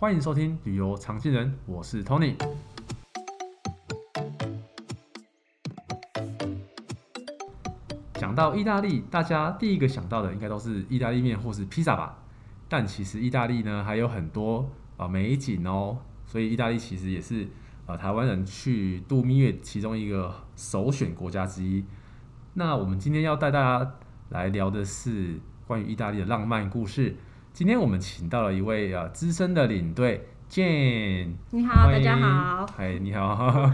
欢迎收听旅游常青人，我是 Tony。讲到意大利，大家第一个想到的应该都是意大利面或是披萨吧？但其实意大利呢还有很多啊、呃美景哦，所以意大利其实也是呃台湾人去度蜜月其中一个首选国家之一。那我们今天要带大家来聊的是关于意大利的浪漫故事。今天我们请到了一位呃资深的领队 Jane，你好，欢大迎家好。嗨，你好。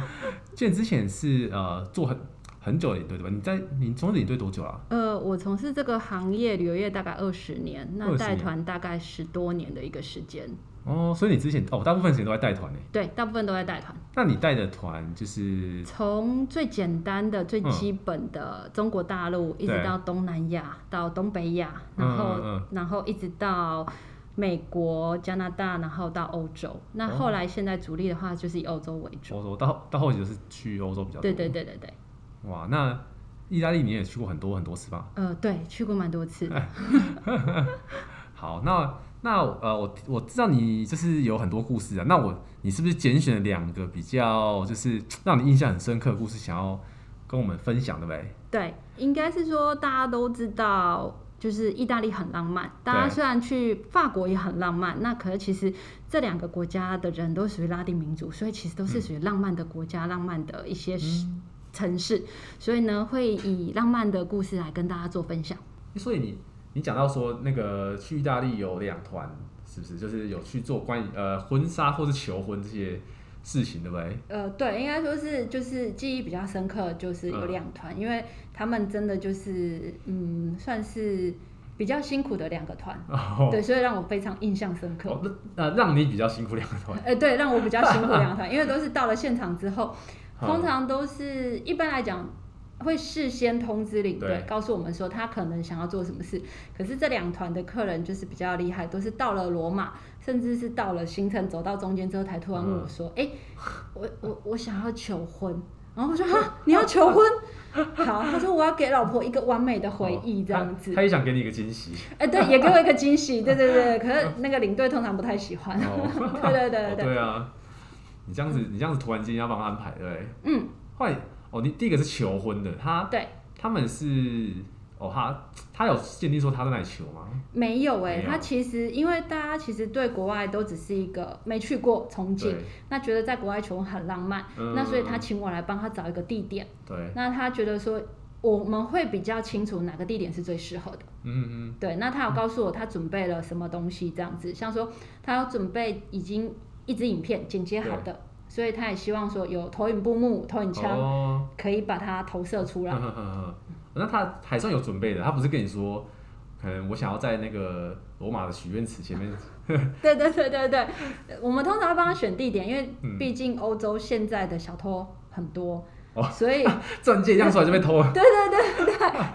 Jane 之前是呃做很很久的领队对吧？你在你从事领队多久啊？呃，我从事这个行业旅游业大概二十年，那20带年团大概十多年的一个时间，哦，所以你之前哦，大部分时间都在带团呢。对，大部分都在带团。那你带的团就是从最简单的、最嗯基本的中国大陆，一直对到东南亚、到东北亚，嗯然后、嗯嗯然后一直到美国、加拿大，然后到欧洲。那哦后来现在主力的话就是以欧洲为主。欧洲，到到后期就是去欧洲比较多。对对。对对对，哇，那意大利你也去过很多很多次吧？呃，对，去过蛮多嗯次的。好，那那呃，我我知道你就是有很多故事啊。那我你是不是拣选了两个比较就是让你印象很深刻的故事，想要跟我们分享，对不对？对，应该是说大家都知道，就是意大利很浪漫。大家虽然去法国也很浪漫，那可是其实这两个国家的人都属于拉丁民族，所以其实都是属于浪漫的国家、浪漫的一些市城市。所以呢，会以浪漫的故事来跟大家做分享。所以你你讲到说那个去意大利有两团，是不是就是有去做关于呃婚纱或是求婚这些事情，对不对？ 呃，对，应该说是就是记忆比较深刻，就是有嗯两团，因为他们真的就是嗯，算是比较辛苦的两个团，哦，对，所以让我非常印象深刻。哦那那让你比较辛苦两个团，呃，对，让我比较辛苦 两团，因为都是到了现场之后，嗯通常都是一般来讲会事先通知领队对，告诉我们说他可能想要做什么事。可是这两团的客人就是比较厉害，都是到了罗马，甚至是到了行程走到中间之后，才突然问嗯我说：“哎、我我我想要求婚。”然后我说：“哈，你要求婚？好。”他说：“我要给老婆一个完美的回忆，这样子哦他。他也想给你一个惊喜。哎、对，也给我一个惊喜，对对对。可是那个领队通常不太喜欢。 哦，对对对对哦对。对啊，你这样子你这样子突然间要帮他安排，对不对？嗯，后来哦，你第一个是求婚的，他对，他们是哦，他他有鉴定说他在哪里求吗？没有哎、没有他其实因为大家其实对国外都只是一个没去过憧憬，对，那觉得在国外求婚很浪漫，嗯那所以他请我来帮他找一个地点。对，那他觉得说我们会比较清楚哪个地点是最适合的。嗯嗯对，那他有告诉我他准备了什么东西，这样子，像说他有准备已经一支影片剪接好的，所以他也希望说有投影布幕、投影嗯，枪、哦。 可以把它投射出来。哼哼哼哼那他还算有准备的，他不是跟你说，可能我想要在那个罗马的许愿池前面， 对对对对对，呃我们通常会帮他选地点，因为嗯毕竟欧洲现在的小偷很多，哦 所以钻戒亮出来就被偷了。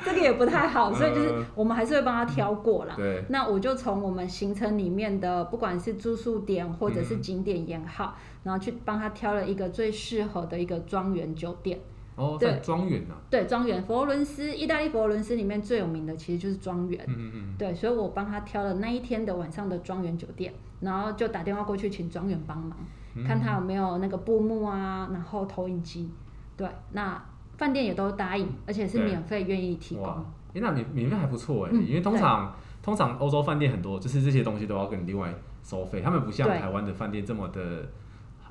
这个也不 太好，所以就是嗯我们还是会帮他挑过啦。对，那我就从我们行程里面的，不管是住宿点或者是嗯景点延号，然后去帮他挑了一个最适合的一个庄园酒店。哦，对在庄园呐，对，庄园佛罗伦斯，意大利佛罗伦斯里面最有名的其实就是庄园。嗯嗯嗯，对，所以我帮他挑了那一天的晚上的庄园酒店，然后就打电话过去请庄园帮忙，嗯看他有没有那个布幕啊，然后投影机。对，那饭店也都答应，而且是对免费愿意提哇供。，哎，那免免费还不错哎，嗯因为通常通常欧洲饭店很多，就是这些东西都要跟你另外收费，他们不像对台湾的饭店这么的，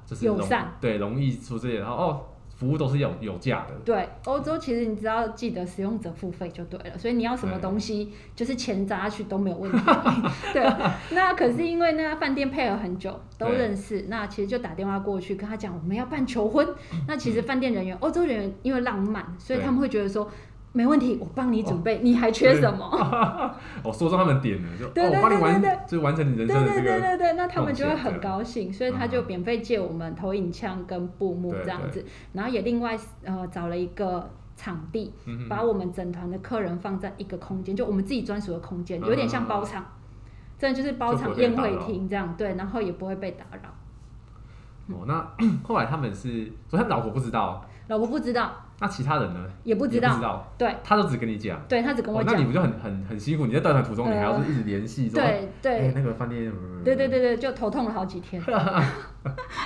就是友容善，对，容易出这些，然后哦，服务都是有有价的，对，欧洲其实你只要记得使用者付费就对了，所以你要什么对东西，就是钱砸下去都没有问题。对，那可是因为那饭店配合很久，都对认识，那其实就打电话过去跟他讲我们要办求婚。那其实饭店人员，欧洲人员因为浪漫，所以对他们会觉得说没问题，我帮你准备，你还缺什么？哦，说中他们点了，就对哦，我帮你对对完对，就完成你人对生的这对对个，对对，那他们就会贡献很高兴，所以他就免费借我们投影枪跟布幕对这样对子，然后也另外呃找了一个场地，嗯把我们整团的客人放在一个空间，就我们自己专属的空间，有点像包场，真的就是包嗯就场不会宴被打扰会厅这样，对，然后也不会被打扰。 哦，那后来他们是，所以他老婆不知道，老婆不知道，那其他人呢？也不知也道，不知道，对他都只跟你讲。对，他只跟我哦，那讲，你不就很很很辛苦？你在到场途中，你还要呃是一直联系，说对对、哎那个饭店，对对，对对，就头痛了好几 天。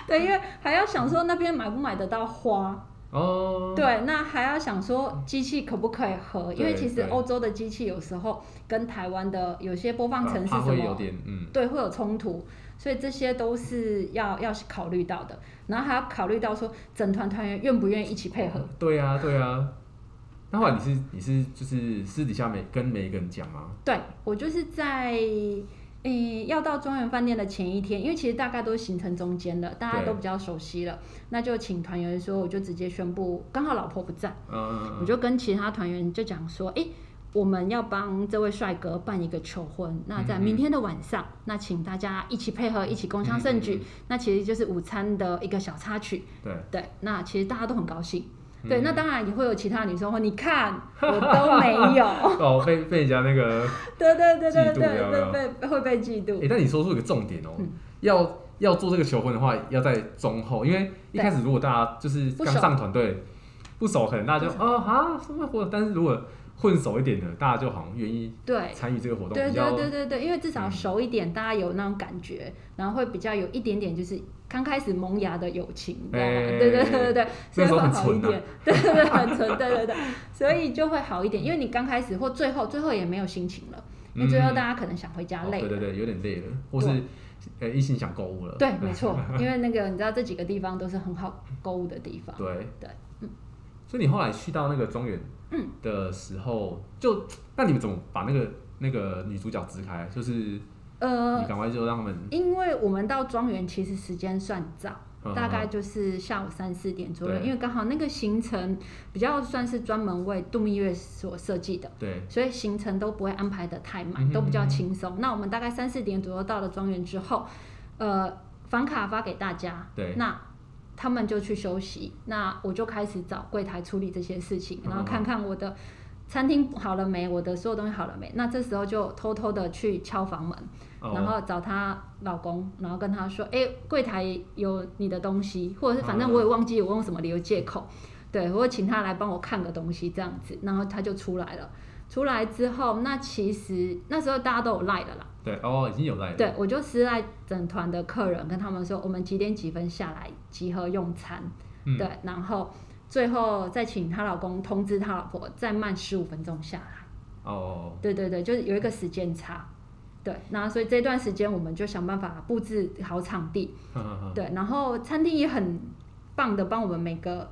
对，因为还要想说那边买不买得到花，哦，对，那还要想说机器可不可以合，因为对其实对欧洲的机器有时候跟台湾的有些播放啊程式怕什会有么，点嗯，对，会有冲突，所以这些都是要要考虑到的。然后还要考虑到说整团团员愿不愿意一起配合。对啊对啊。那后来你是你是就是私底下每跟每一个人讲吗？对我就是在。诶，要到庄园饭店的前一天，因为其实大概都是行程中间了，大家对都比较熟悉了，那就请团员说，我就直接宣布，刚好老婆不在，嗯，我就跟其他团员就讲说，诶，我们要帮这位帅哥办一个求婚，那在嗯嗯明天的晚上，那请大家一起配合，一起共襄盛举，嗯嗯那其实就是午餐的一个小插曲，对，对，那其实大家都很高兴。嗯对，那当然也会有其他女生说，你看我都没 有，哦，被被人家那个，对对对对嫉妒有没对，有被被会被嫉妒哎、。但你说出一个重点哦，嗯要要做这个求婚的话，要在中后，因为一对开始如果大家就是不刚熟上团队不熟，可能大家就哦哈什么活，但是如果混熟一点的，大家就好像愿意对参与这个活动，对比较对对对对，因为至少嗯熟一点，大家有那种感觉，然后会比较有一点点就是刚开始萌芽的友情，你知道吗？哎对对对对对，那所以时候会很好一纯啊点，对对对，很纯，对对对，所以就会好一点，因为你刚开始或最后最后也没有心情了，因为最后嗯大家可能想回家哦累对了对。对，有点累了，或是呃一心想购物了，嗯对，没错，因为那个你知道这几个地方都是很好购物的地方。对对，所以你后来去到那个庄园嗯的时候，就那你们怎么把那个那个女主角支开？就是你呃，赶快就让他们因为我们到庄园其实时间算早，嗯大概就是下午三四点左右，对因为刚好那个行程比较算是专门为度蜜月所设计的，对所以行程都不会安排的太嗯满，哼都比较轻松。那我们大概三四点左右到了庄园之后，呃，房卡发给大家，对那。他们就去休息，那我就开始找柜台处理这些事情，嗯然后看看我的餐厅好了没，我的所有东西好了没。那这时候就偷偷的去敲房门，哦然后找她老公，然后跟他说：“哎、柜台有你的东西，或者是反正嗯我也忘记我用什么理由借口，对，我请他来帮我看个东西这样子。”然后他就出来了。出来之后，那其实那时候大家都有赖的啦，对哦已经有在对我就私赖整团的客人，跟他们说我们几点几分下来集合用餐，嗯对，然后最后再请她老公通知她老婆再慢十五分钟下来。哦对对对，就是有一个时间差。对，那所以这段时间我们就想办法布置好场地，呵呵呵对，然后餐厅也很棒的帮我们每个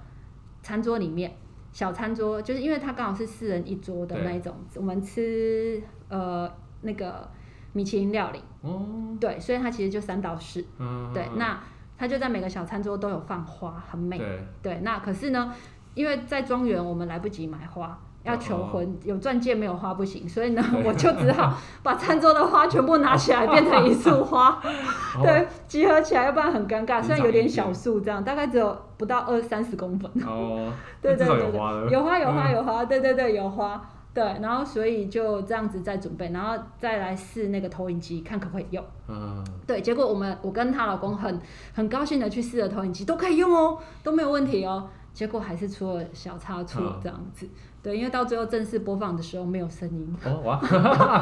餐桌里面小餐桌，就是因为它刚好是四人一桌的对那一种，我们吃呃那个米其林料理，哦对，所以它其实就三到四，嗯对，那它就在每个小餐桌都有放花，很美，对对，那可是呢，因为在庄园我们来不及买花，要哦求婚，有钻戒没有花不行，所以呢， 我就只 好把餐桌的花全部拿起来，变成一束花，哦对，集合起来，要不然很尴你尬。虽然长有点一点小束，这样大概只有不到二三十公分，哦对那 至对少对有花对，了有花有花嗯有花，对对对有花。对，然后所以就这样子再准备，然后再来试那个投影机，看可不可以用。嗯对，结果我们我跟她老公很很高兴的去试了投影机，都可以用哦，都没有问题哦。结果还是出了小差错嗯这样子，对，因为到最后正式播放的时候没有声音，哦哇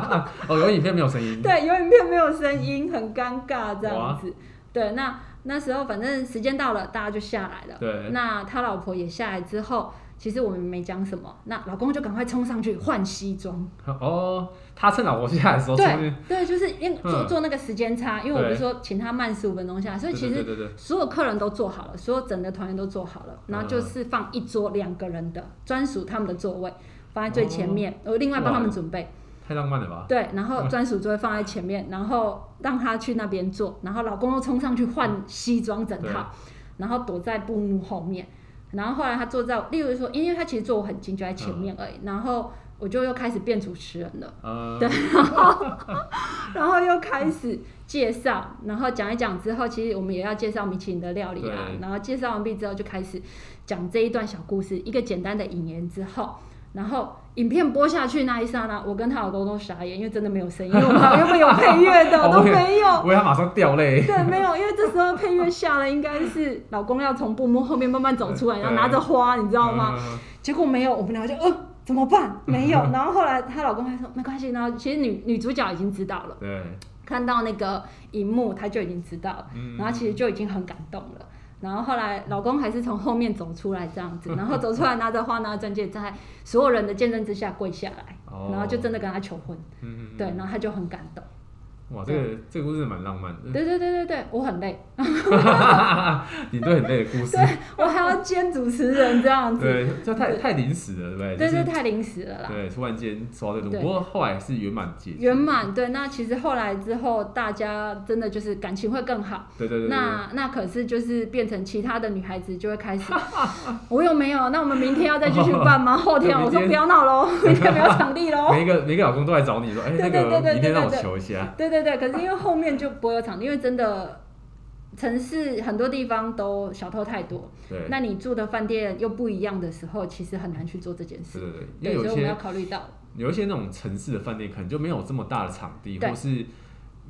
哦有影片没有声音对，有影片没有声音，很尴尬这样哇子。对，那那时候反正时间到了，大家就下来了。对那他老婆也下来之后，其实我们没讲什么，那老公就赶快冲上去换西装。哦他趁老婆下来的时候哦冲对进对，就是因为做嗯做那个时间差，因为我不是说请他慢十五分钟下来，所以其对实对对对所有客人都做好了，所有整个团员都做好了，然后就是放一桌两个人的专属他们的座位，放在最前面，我另外帮他们准备，太浪漫了吧对，然后专属座位放在前面，然后让他去那边坐，然后老公又冲上去换西装整对套，然后躲在布幕后面，然后后来他坐在，例如说，因为他其实坐我很近，就在前面而已，然后我就又开始变主持人了。呃对然后又开始介绍，然后讲一讲之后，其实我们也要介绍米其林的料理啊对。然后介绍完毕之后，就开始讲这一段小故事，一个简单的引言之后，然后影片播下去那一刹那，我跟她老公都傻眼，因为真的没有声音，因为我们好像没有配乐的，哦都我也没有。我也要马上掉泪。对，没有，因为这时候配乐下了，应该是老公要从布幕后面慢慢走出来，然后拿着花，你知道吗？嗯？结果没有，我们俩就呃怎么办？没有。然后后来她老公还说没关系，然后其实女女主角已经知道了，对，看到那个荧幕，她就已经知道了，嗯然后其实就已经很感动了。然后后来老公还是从后面走出来这 样子，然后走出来拿着花拿着钻戒，在所有人的见证之下跪下来，哦然后就真的跟他求婚，嗯嗯对，然后他就很感动。嗯哇，这个这个故事蛮浪漫的。 对对对对对，我很累， 你对很累的故事，我还要兼主持人这样子， 对，这太太临时了，对不对？对就对，是太临时了啦。对，突然间收到这种，对不过后来是圆满结局。圆满对，那其实后来之后，大家真的就是感情会更好。对对对对，那那可是就是变成其他的女孩子就会开 始，我又没有，那我们明天要再继续办吗？后天啊我明说天不要闹 喽，明天没有场地喽。每一个每一个老公都来找你说，哎，对那对对对个明对天让我对求一下。对对对，可是因为后面就不会有场地，因为真的城市很多地方都小偷太多，对，那你住的饭店又不一样的时候，其实很难去做这件对事。对对，因对，为所以有我一们些要考虑到，有一些那种城市的饭店可能就没有这么大的场地，对或是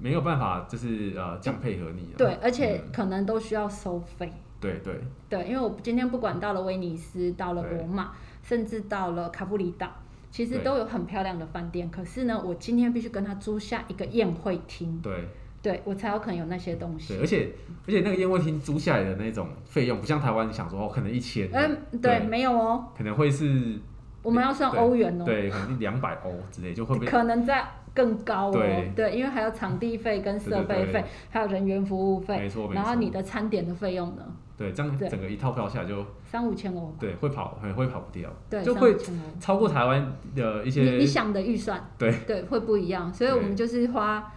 没有办法就是呃这样配合你、啊。对，而且嗯可能都需要收费。对对对，因为我今天不管到了威尼斯，到了罗马，甚至到了卡布里岛，其实对都有很漂亮的饭店。可是呢，我今天必须跟他租下一个宴会厅，对对我才有可能有那些东对，西。而且而且那个宴会厅租下来的那种费用，不像台湾你想说哦，可能一千，嗯，对，对没有哦，可能会是我们要算对欧元哦，对，可能两百欧之类，就会被可能在更高哦，对因为还有场地费、跟设对对备对费，还有人员服务费没，错没错。然后你的餐点的费用呢，对这样对整个一套票下来就三五千欧，对会跑很会跑不掉，对，就三会五千欧。超过台湾的一你你些想的预算，对对，会不一样，所以对我们就是花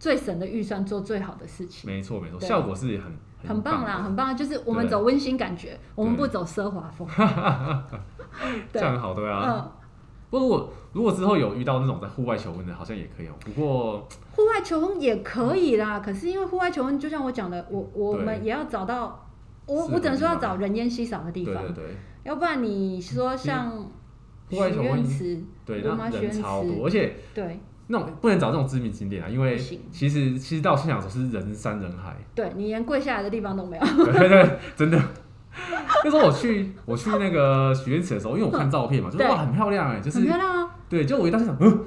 最省的预算做最好的事情，没错没错，对效果是很很棒啦，的，很棒，就是我们对走温馨感觉，我们不走奢华风，这对样很好对啊。嗯，不过如果如果之后有遇到那种在户外求婚的，好像也可以哦、不过户外求婚也可以啦，可是因为户外求婚，就像我讲的，我我对们也要找到，适我合的我只能说要地方找人烟稀少的地对方，对对要不然你说像许户外求婚愿池，对，罗马那许人愿超池多，而且对那种不能找这种知名景点啊，因为不行其实其实到现场的时候是人山人海，对，你连跪下来的地方都没有，对对对， 真的。那时候我去我去那个许愿池的时候，因为我看照片嘛，就是对哇很漂亮哎，就很是漂亮啊，对，就我一到现场，嗯，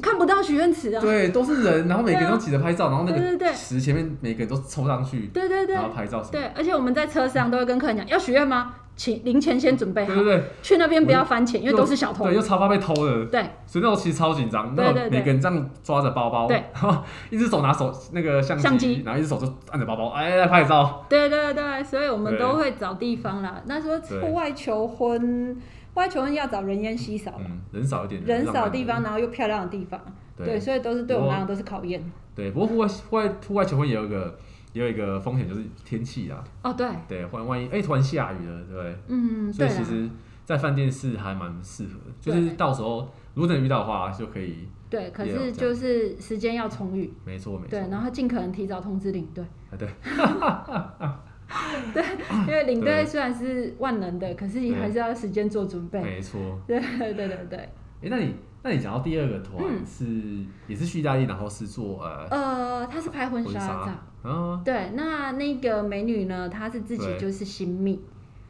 看不到许愿池啊，对，都是人，然后每个人都挤着拍照，然后那对对个对池前面每个人都冲上去，对对对然。后拍照什么的，对，而且我们在车上都会跟客人讲，要许愿吗？请零钱先准备好，对对对，去那边不要翻钱，因为都是小偷对，。又超怕被偷的，对所以那时候其实超紧张，对那对种对每个人这样抓着包包，对，然后 一只手拿手那个相相机然后一只手就按着包包，哎，来拍照。对对对，所以我们对都会找地方啦。那说对户外求婚，户外求婚要找人烟稀少、嗯，人少一点，人浪少漫地一点方，。然后又漂亮的地方。对，对所以都是对我们来讲都是考验。对，不过户外户外户外求婚也有一个也有一个风险，就是天气啊啦。哦，对，对，万万一哎突然下雨了，对不对？嗯，所以对啦其，实，在饭店是还蛮适合的，就是对到时候如果真的遇到的话，就可以，对，可也有这是样就是时间要充裕，没错没错对，，然后尽可能提早通知领队。啊对，因为领队对虽然是万能的，可是你对还是要时间做准备。没错。对对对对。哎，那你那你讲到第二个团嗯是也是去意大利，然后是做呃呃，他是拍婚婚纱照。纱啊对，那那个美女呢，她是自己对就是新密，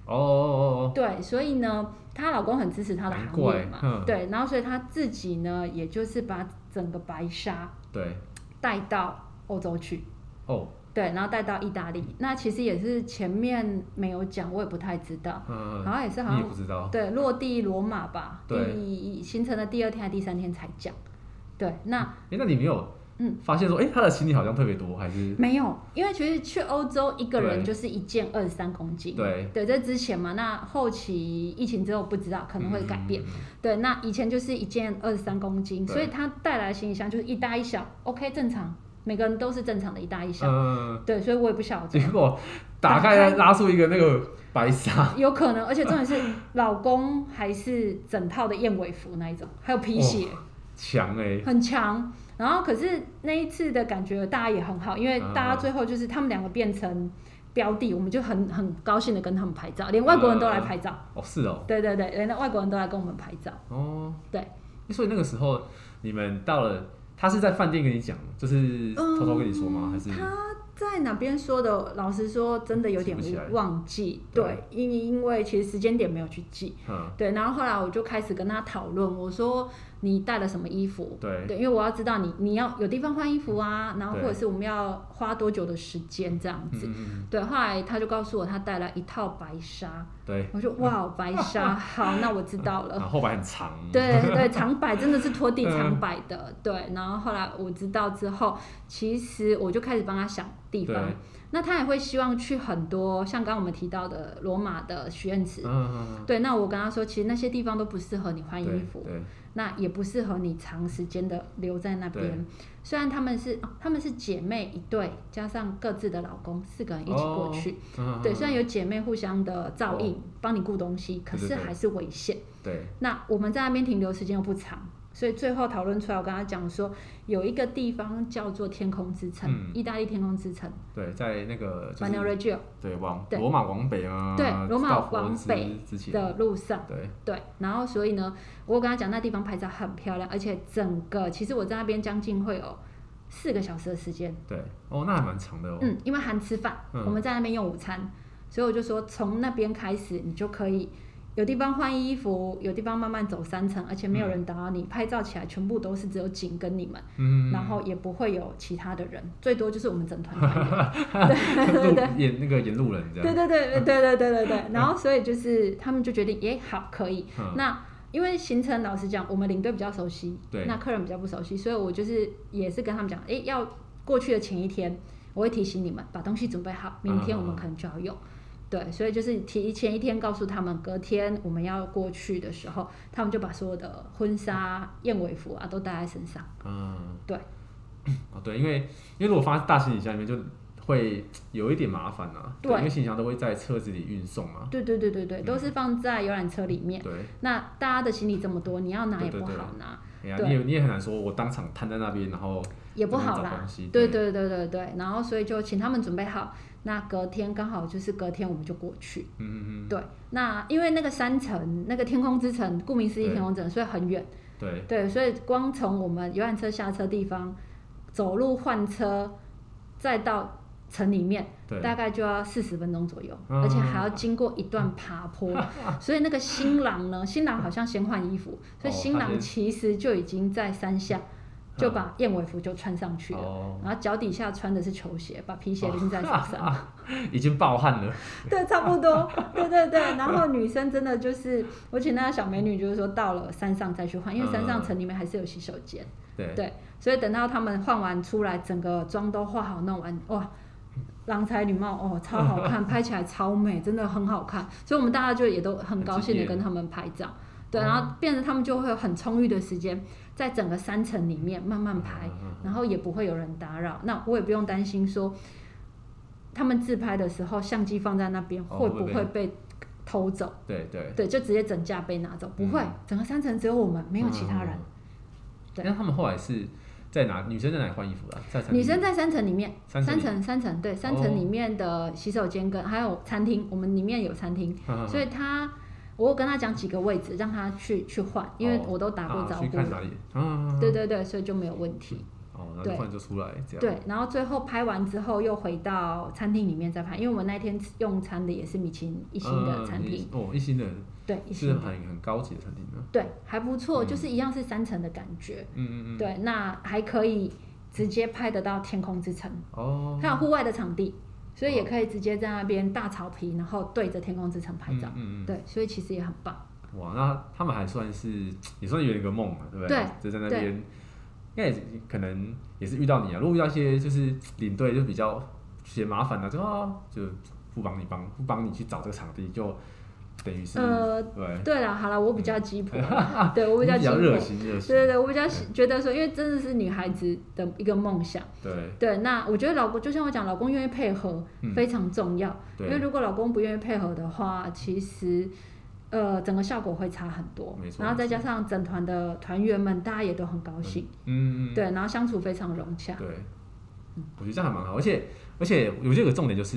哦哦哦对，所以呢，她老公很支持她的难行业怪嘛嗯，对，然后所以她自己呢，也就是把整个白纱哦，对带到欧洲去，哦，对，然后带到意大利。那其实也是前面没有讲，我也不太知道，嗯，好像也是好你也像不知道，对落地罗马吧，对第行程的第二天还是第三天才讲，对，那哎，那你没有嗯发现说，哎，他的行李好像特别多，还是没有，因为其实去欧洲一个人对就是一件二十三公斤。对对，在之前嘛，那后期疫情之后不知道可能会改变。嗯对，那以前就是一件二十三公斤，对所以他带来的行李箱就是一大一小，OK 正常，每个人都是正常的一大一小。嗯，对，所以我也不晓得，结果打打开开拉出一个那个白纱，有可能，而且重点是老公还是整套的燕尾服那一种，还有哦皮鞋，强哎，很强。然后可是那一次的感觉大家也很好，因为大家嗯最后就是他们两个变成标的，我们就很很高兴的跟他们拍照，连外国人都来拍照。哦，是哦，对对对，连外国人都来跟我们拍照。哦，对，所以那个时候你们到了，他是在饭店跟你讲，就是偷偷跟你说吗？还是嗯他在哪边说的？老实说，真的有点记不起来嗯忘记。对对，因因为其实时间点没有去记。嗯，对，然后后来我就开始跟他讨论，我说你带了什么衣服？对对，因为我要知道你你要有地方换衣服啊，然后或对者是我们要花多久的时间这样嗯子。嗯嗯，对，后来他就告诉我他带了一套白纱，对，我说哇，白 纱，好，那我知道然了。后后排很长，呃对对，长摆真的是拖地长摆的，嗯对。然后后来我知道之后，其实我就开始帮他想地对，方嗯。那他也会希望去很多，像刚刚我们提到的罗马的许愿池，嗯，嗯对，那我跟他说，其实那些地方都不适合你换衣对服，对，嗯那也不适合你长时间的留在那对边。虽然他们是、哦他们是姐妹一对，加上各自的老公，四个人一起过去。嗯，对，虽算然有姐妹互相的照应，哦帮你顾东西，可对对是对还是危险。对，那我们在那边停留时间又不长。所以最后讨论出来，我跟他讲说，有一个地方叫做天空之城，嗯意大利天空之城对，在那个就 b a n e r e 是 g i o 对往对罗马往北啊，对罗马到佛往恩斯北之前，的路上。对，对，然后所以呢，我跟他讲那地方拍照很漂亮，而且整个其实我在那边将近会有四个小时的时间，对，哦，那还蛮长的哦，嗯，因为含吃饭，嗯我们在那边用午餐，所以我就说从那边开始你就可以有地方换衣服，有地方慢慢走三层，而且没有人打扰你，拍照起来全部都是只有景跟你们，嗯，然后也不会有其他的人，最多就是我们整团团员。 路演那个演路人这对样，对对对对对 对对。然后所以就是他们就决定，诶，好，可以。嗯那因为行程老实讲，我们领队比较熟悉，对那客人比较不熟悉，所以我就是也是跟他们讲，诶，要过去的前一天，我会提醒你们把东西准备好，明天我嗯嗯嗯们可能就要用。对，所以就是提前一天告诉他们，隔天我们要过去的时候，他们就把所有的婚纱、燕尾服啊都带在身上。嗯，对， 哦对，因为因为如果放在大行李箱里面就会有一点麻烦啊，对因为行李箱都会在车子里运送嘛，对对对对对，嗯都是放在游览车里面。对，那大家的行李这么多，你要拿也对对不对好拿，哎呀，对你也你也很难说，我当场瘫在那边，然后也不在好那边找啦东西。对对对对对，然后所以就请他们准备好，那隔天刚好就是隔天我们就过去。嗯嗯嗯，对，那因为那个山城，那个天空之城，顾名思义对天空之城，所以很远。对，对，所以光从我们游览车下车地方，走路换车，再到城里面，对，大概就要四十分钟左右，嗯而且还要经过一段爬 坡。所以那个新郎呢，新郎好像先换衣服，所以哦新他先嗯郎其实就已经在山下就把燕尾服就穿上去了。哦，然后脚底下穿的是球鞋，把皮鞋拎在手上， 已经暴汗了，对，差不多，对对对。然后女生真的就是，我请那个小美女就是说到了山上再去换，因为山上城里面还是有洗手间，对，对，所以等到他们换完出来，整个妆都化好弄完，哇，郎才女貌哦，超好看，拍起来超美，真的很好看。所以我们大家就也都很高兴的很敬业跟他们拍照，对，然后变成他们就会有很充裕的时间，在整个山城里面慢慢拍。嗯，嗯嗯然后也不会有人打扰，那我也不用担心说他们自拍的时候相机放在那边哦会不会会被偷走？嗯对对，对，就直接整架被拿走，不会嗯，整个山城只有我们，没有其他人嗯。。嗯嗯对那他们后来是在哪？女生在哪里换衣服的？啊在餐厅女生在山城里面，嗯三层里三层三层对，三哦层里面的洗手间跟还有餐厅，我们里面有餐厅，嗯嗯所以她我有跟她讲几个位置，让她去去换，因为哦我都打过啊招去呼看哪了。里？嗯，嗯嗯对对对，所以就没有问题。哦，然后对突然就出来这样。对，然后最后拍完之后又回到餐厅里面再拍，因为我们那天用餐的也是米其林一星的餐厅，嗯哦，一星的对，一是星，很很高级的餐厅呢。对，还不错，嗯就是一样是三层的感觉，嗯嗯嗯，对，那还可以直接拍得到天空之城，哦，它有户外的场地，所以也可以直接在那边大草皮，然后对着天空之城拍照，嗯嗯对，所以其实也很棒，嗯，哇，那他们还算是也算圆一个梦嘛，对不对就在那边，应该也是可能也是遇到你啊。如果遇到一些就是领队就比较嫌麻烦的、就啊就不帮你帮不帮你去找这个场地，就等于是、呃对，对了，好了，我比较鸡婆啦，对我比较 你鸡较婆，热对心热心，对对，我比较喜觉得说，因为真的是女孩子的一个梦想。对对，那我觉得老公就像我讲，老公愿意配合嗯非常重要，因对为如果老公不愿意配合的话，其实呃整个效果会差很多没。错然后再没错加上整团的团员们，大家也都很高兴，嗯嗯对，然后相处非常融洽。对，我觉得这样还蛮好，而且而且我觉得有个重点就是，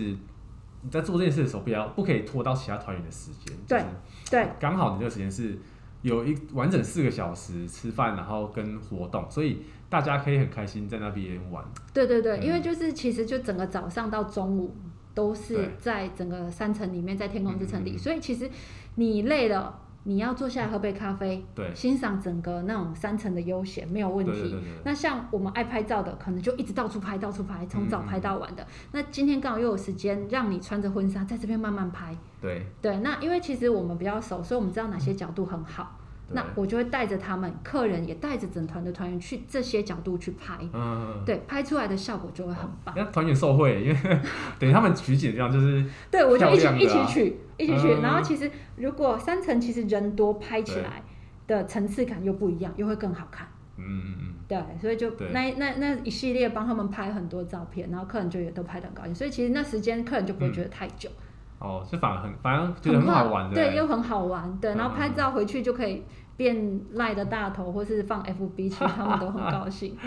你在做这件事的时候，不要不可以拖到其他团员的时间，对，对，刚好你这个时间是有一完整四个小时吃饭，然后跟活动，所以大家可以很开心在那边玩。对对对，嗯因为就是其实就整个早上到中午都是对在整个山城里面，在天空之城嗯嗯里，嗯所以其实你累了，你要坐下来喝杯咖啡，对，欣赏整个那种山城的悠闲，没有问对题。对对对对，那像我们爱拍照的，可能就一直到处拍，到处拍，从嗯早拍到晚的。那今天刚好又有时间，让你穿着婚纱在这边慢慢拍。对对，那因为其实我们比较熟，所以我们知道哪些角度很嗯好。那我就会带着他们，客人也带着整团的团员去这些角度去拍，嗯嗯。嗯对，拍出来的效果就会很棒。那团员受惠，因为 等于他们取景的地方就是对，我就一起、漂亮一的起啊去，一起去。嗯然后其实如果三层其实人多，拍起来的层次感又不一样，又会更好看。嗯嗯嗯，对，所以就对那那那一系列帮他们拍很多照片，然后客人就也都拍得很高兴，所以其实那时间客人就不会觉得太久，哦，就反而很反而嗯觉得很快好玩的，对，又很好玩，对，嗯然后拍照回去就可以变赖的大头，或是放 FB，其 实他们都很高兴，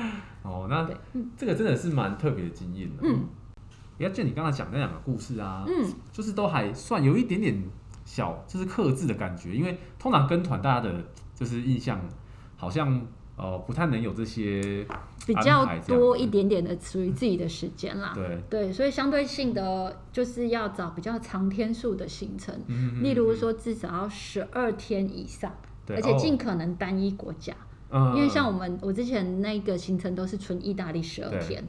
哦，那对，这个真的是蛮特别的经验的。嗯，也就你刚才讲那两个故事啊，嗯，就是都还算有一点点小，就是克制的感觉，因为通常跟团大家的就是印象好像呃不太能有这些比较安排这样多一点点的属于自己的时间啦。对，对，所以相对性的，就是要找比较长天数的行程，嗯例如说至少要十二天以上，对，而且哦尽可能单一国家。嗯，因为像我们我之前那个行程都是纯意大利十二对天，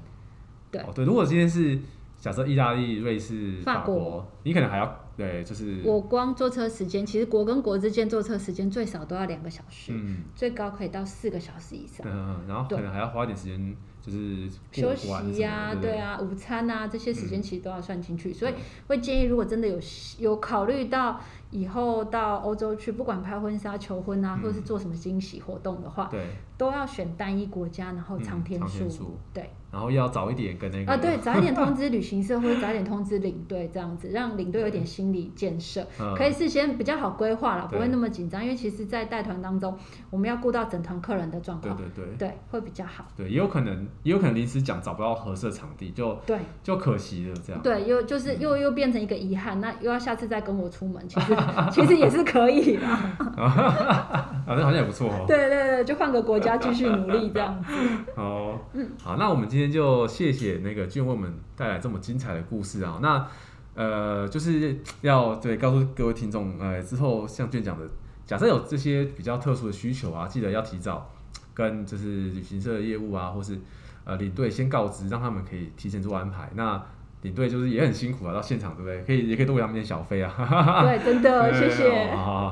对哦对，如果今天是假设意大利、瑞士、法法国，国你可能还要对，就是我光坐车时间，其实国跟国之间坐车时间最少都要两个小时，嗯最高可以到四个小时以上。嗯，然后可对能还要花一点时间就是休过关息什么呀、的对对，嗯啊，午餐啊，这些时间其实都要算进去，所以对会建议，如果真的有有考虑到以后到欧洲去，不管拍婚纱、求婚啊，嗯或者是做什么惊喜活动的话，对，都要选单一国家，然后嗯长天长数，天数对然后要早一点跟那个啊，对，早一点通知旅行社或者早一点通知领队，这样子让领队有点心理建设，嗯可以事先比较好规划了，对不会那么紧张，因为其实，在带团当中，我们要顾到整团客人的状对况，对对对，会比较好，对，也有可能也有可能临时讲找不到合适的场地，就对。就可惜了这样。对，又嗯就是又又变成一个遗憾，那又要下次再跟我出门，其 实其实也是可以啦。啊，那好像也不错哦。对对对，就换个国家继续努力这样子。哦，好，那我们今天就谢谢那个俊为我们带来这么精彩的故事啊。那呃，就是要对告诉各位听众，呃，之后像俊讲的，假设有这些比较特殊的需求啊，记得要提早跟就是旅行社的业务啊，或是呃领队先告知，让他们可以提前做安排。那领队就是也很辛苦啊，到现场对不对？可以也可以多给他们一点小费啊。哈哈哈对，真 的对谢哦谢。好好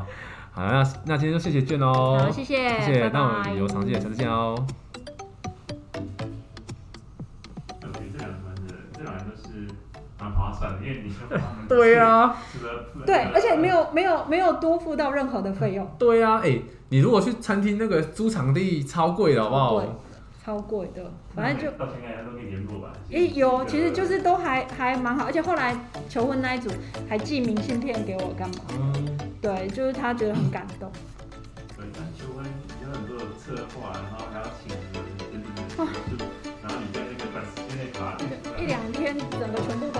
好，好那那今天就谢谢俊哦，好，谢谢，谢谢，拜那我们拜旅游常见，下次见哦。我觉得这两团的这两团都是蛮划算的，因为你说 对，啊，除了对，而且没有有没有没有多付到任何的费用，对啊，哎、你如果去餐厅那个租场地超贵的好不超贵好？超贵的，反正就。到现在他都可以联络吧。诶、有，其实就是都还还蛮好，而且后来求婚那一组还寄明信片给我干嘛？嗯，对，就是他觉得很感动。对，但求婚有很多的策划，然后还要 请人，就是然后你在那个短时间内把一两天整个全部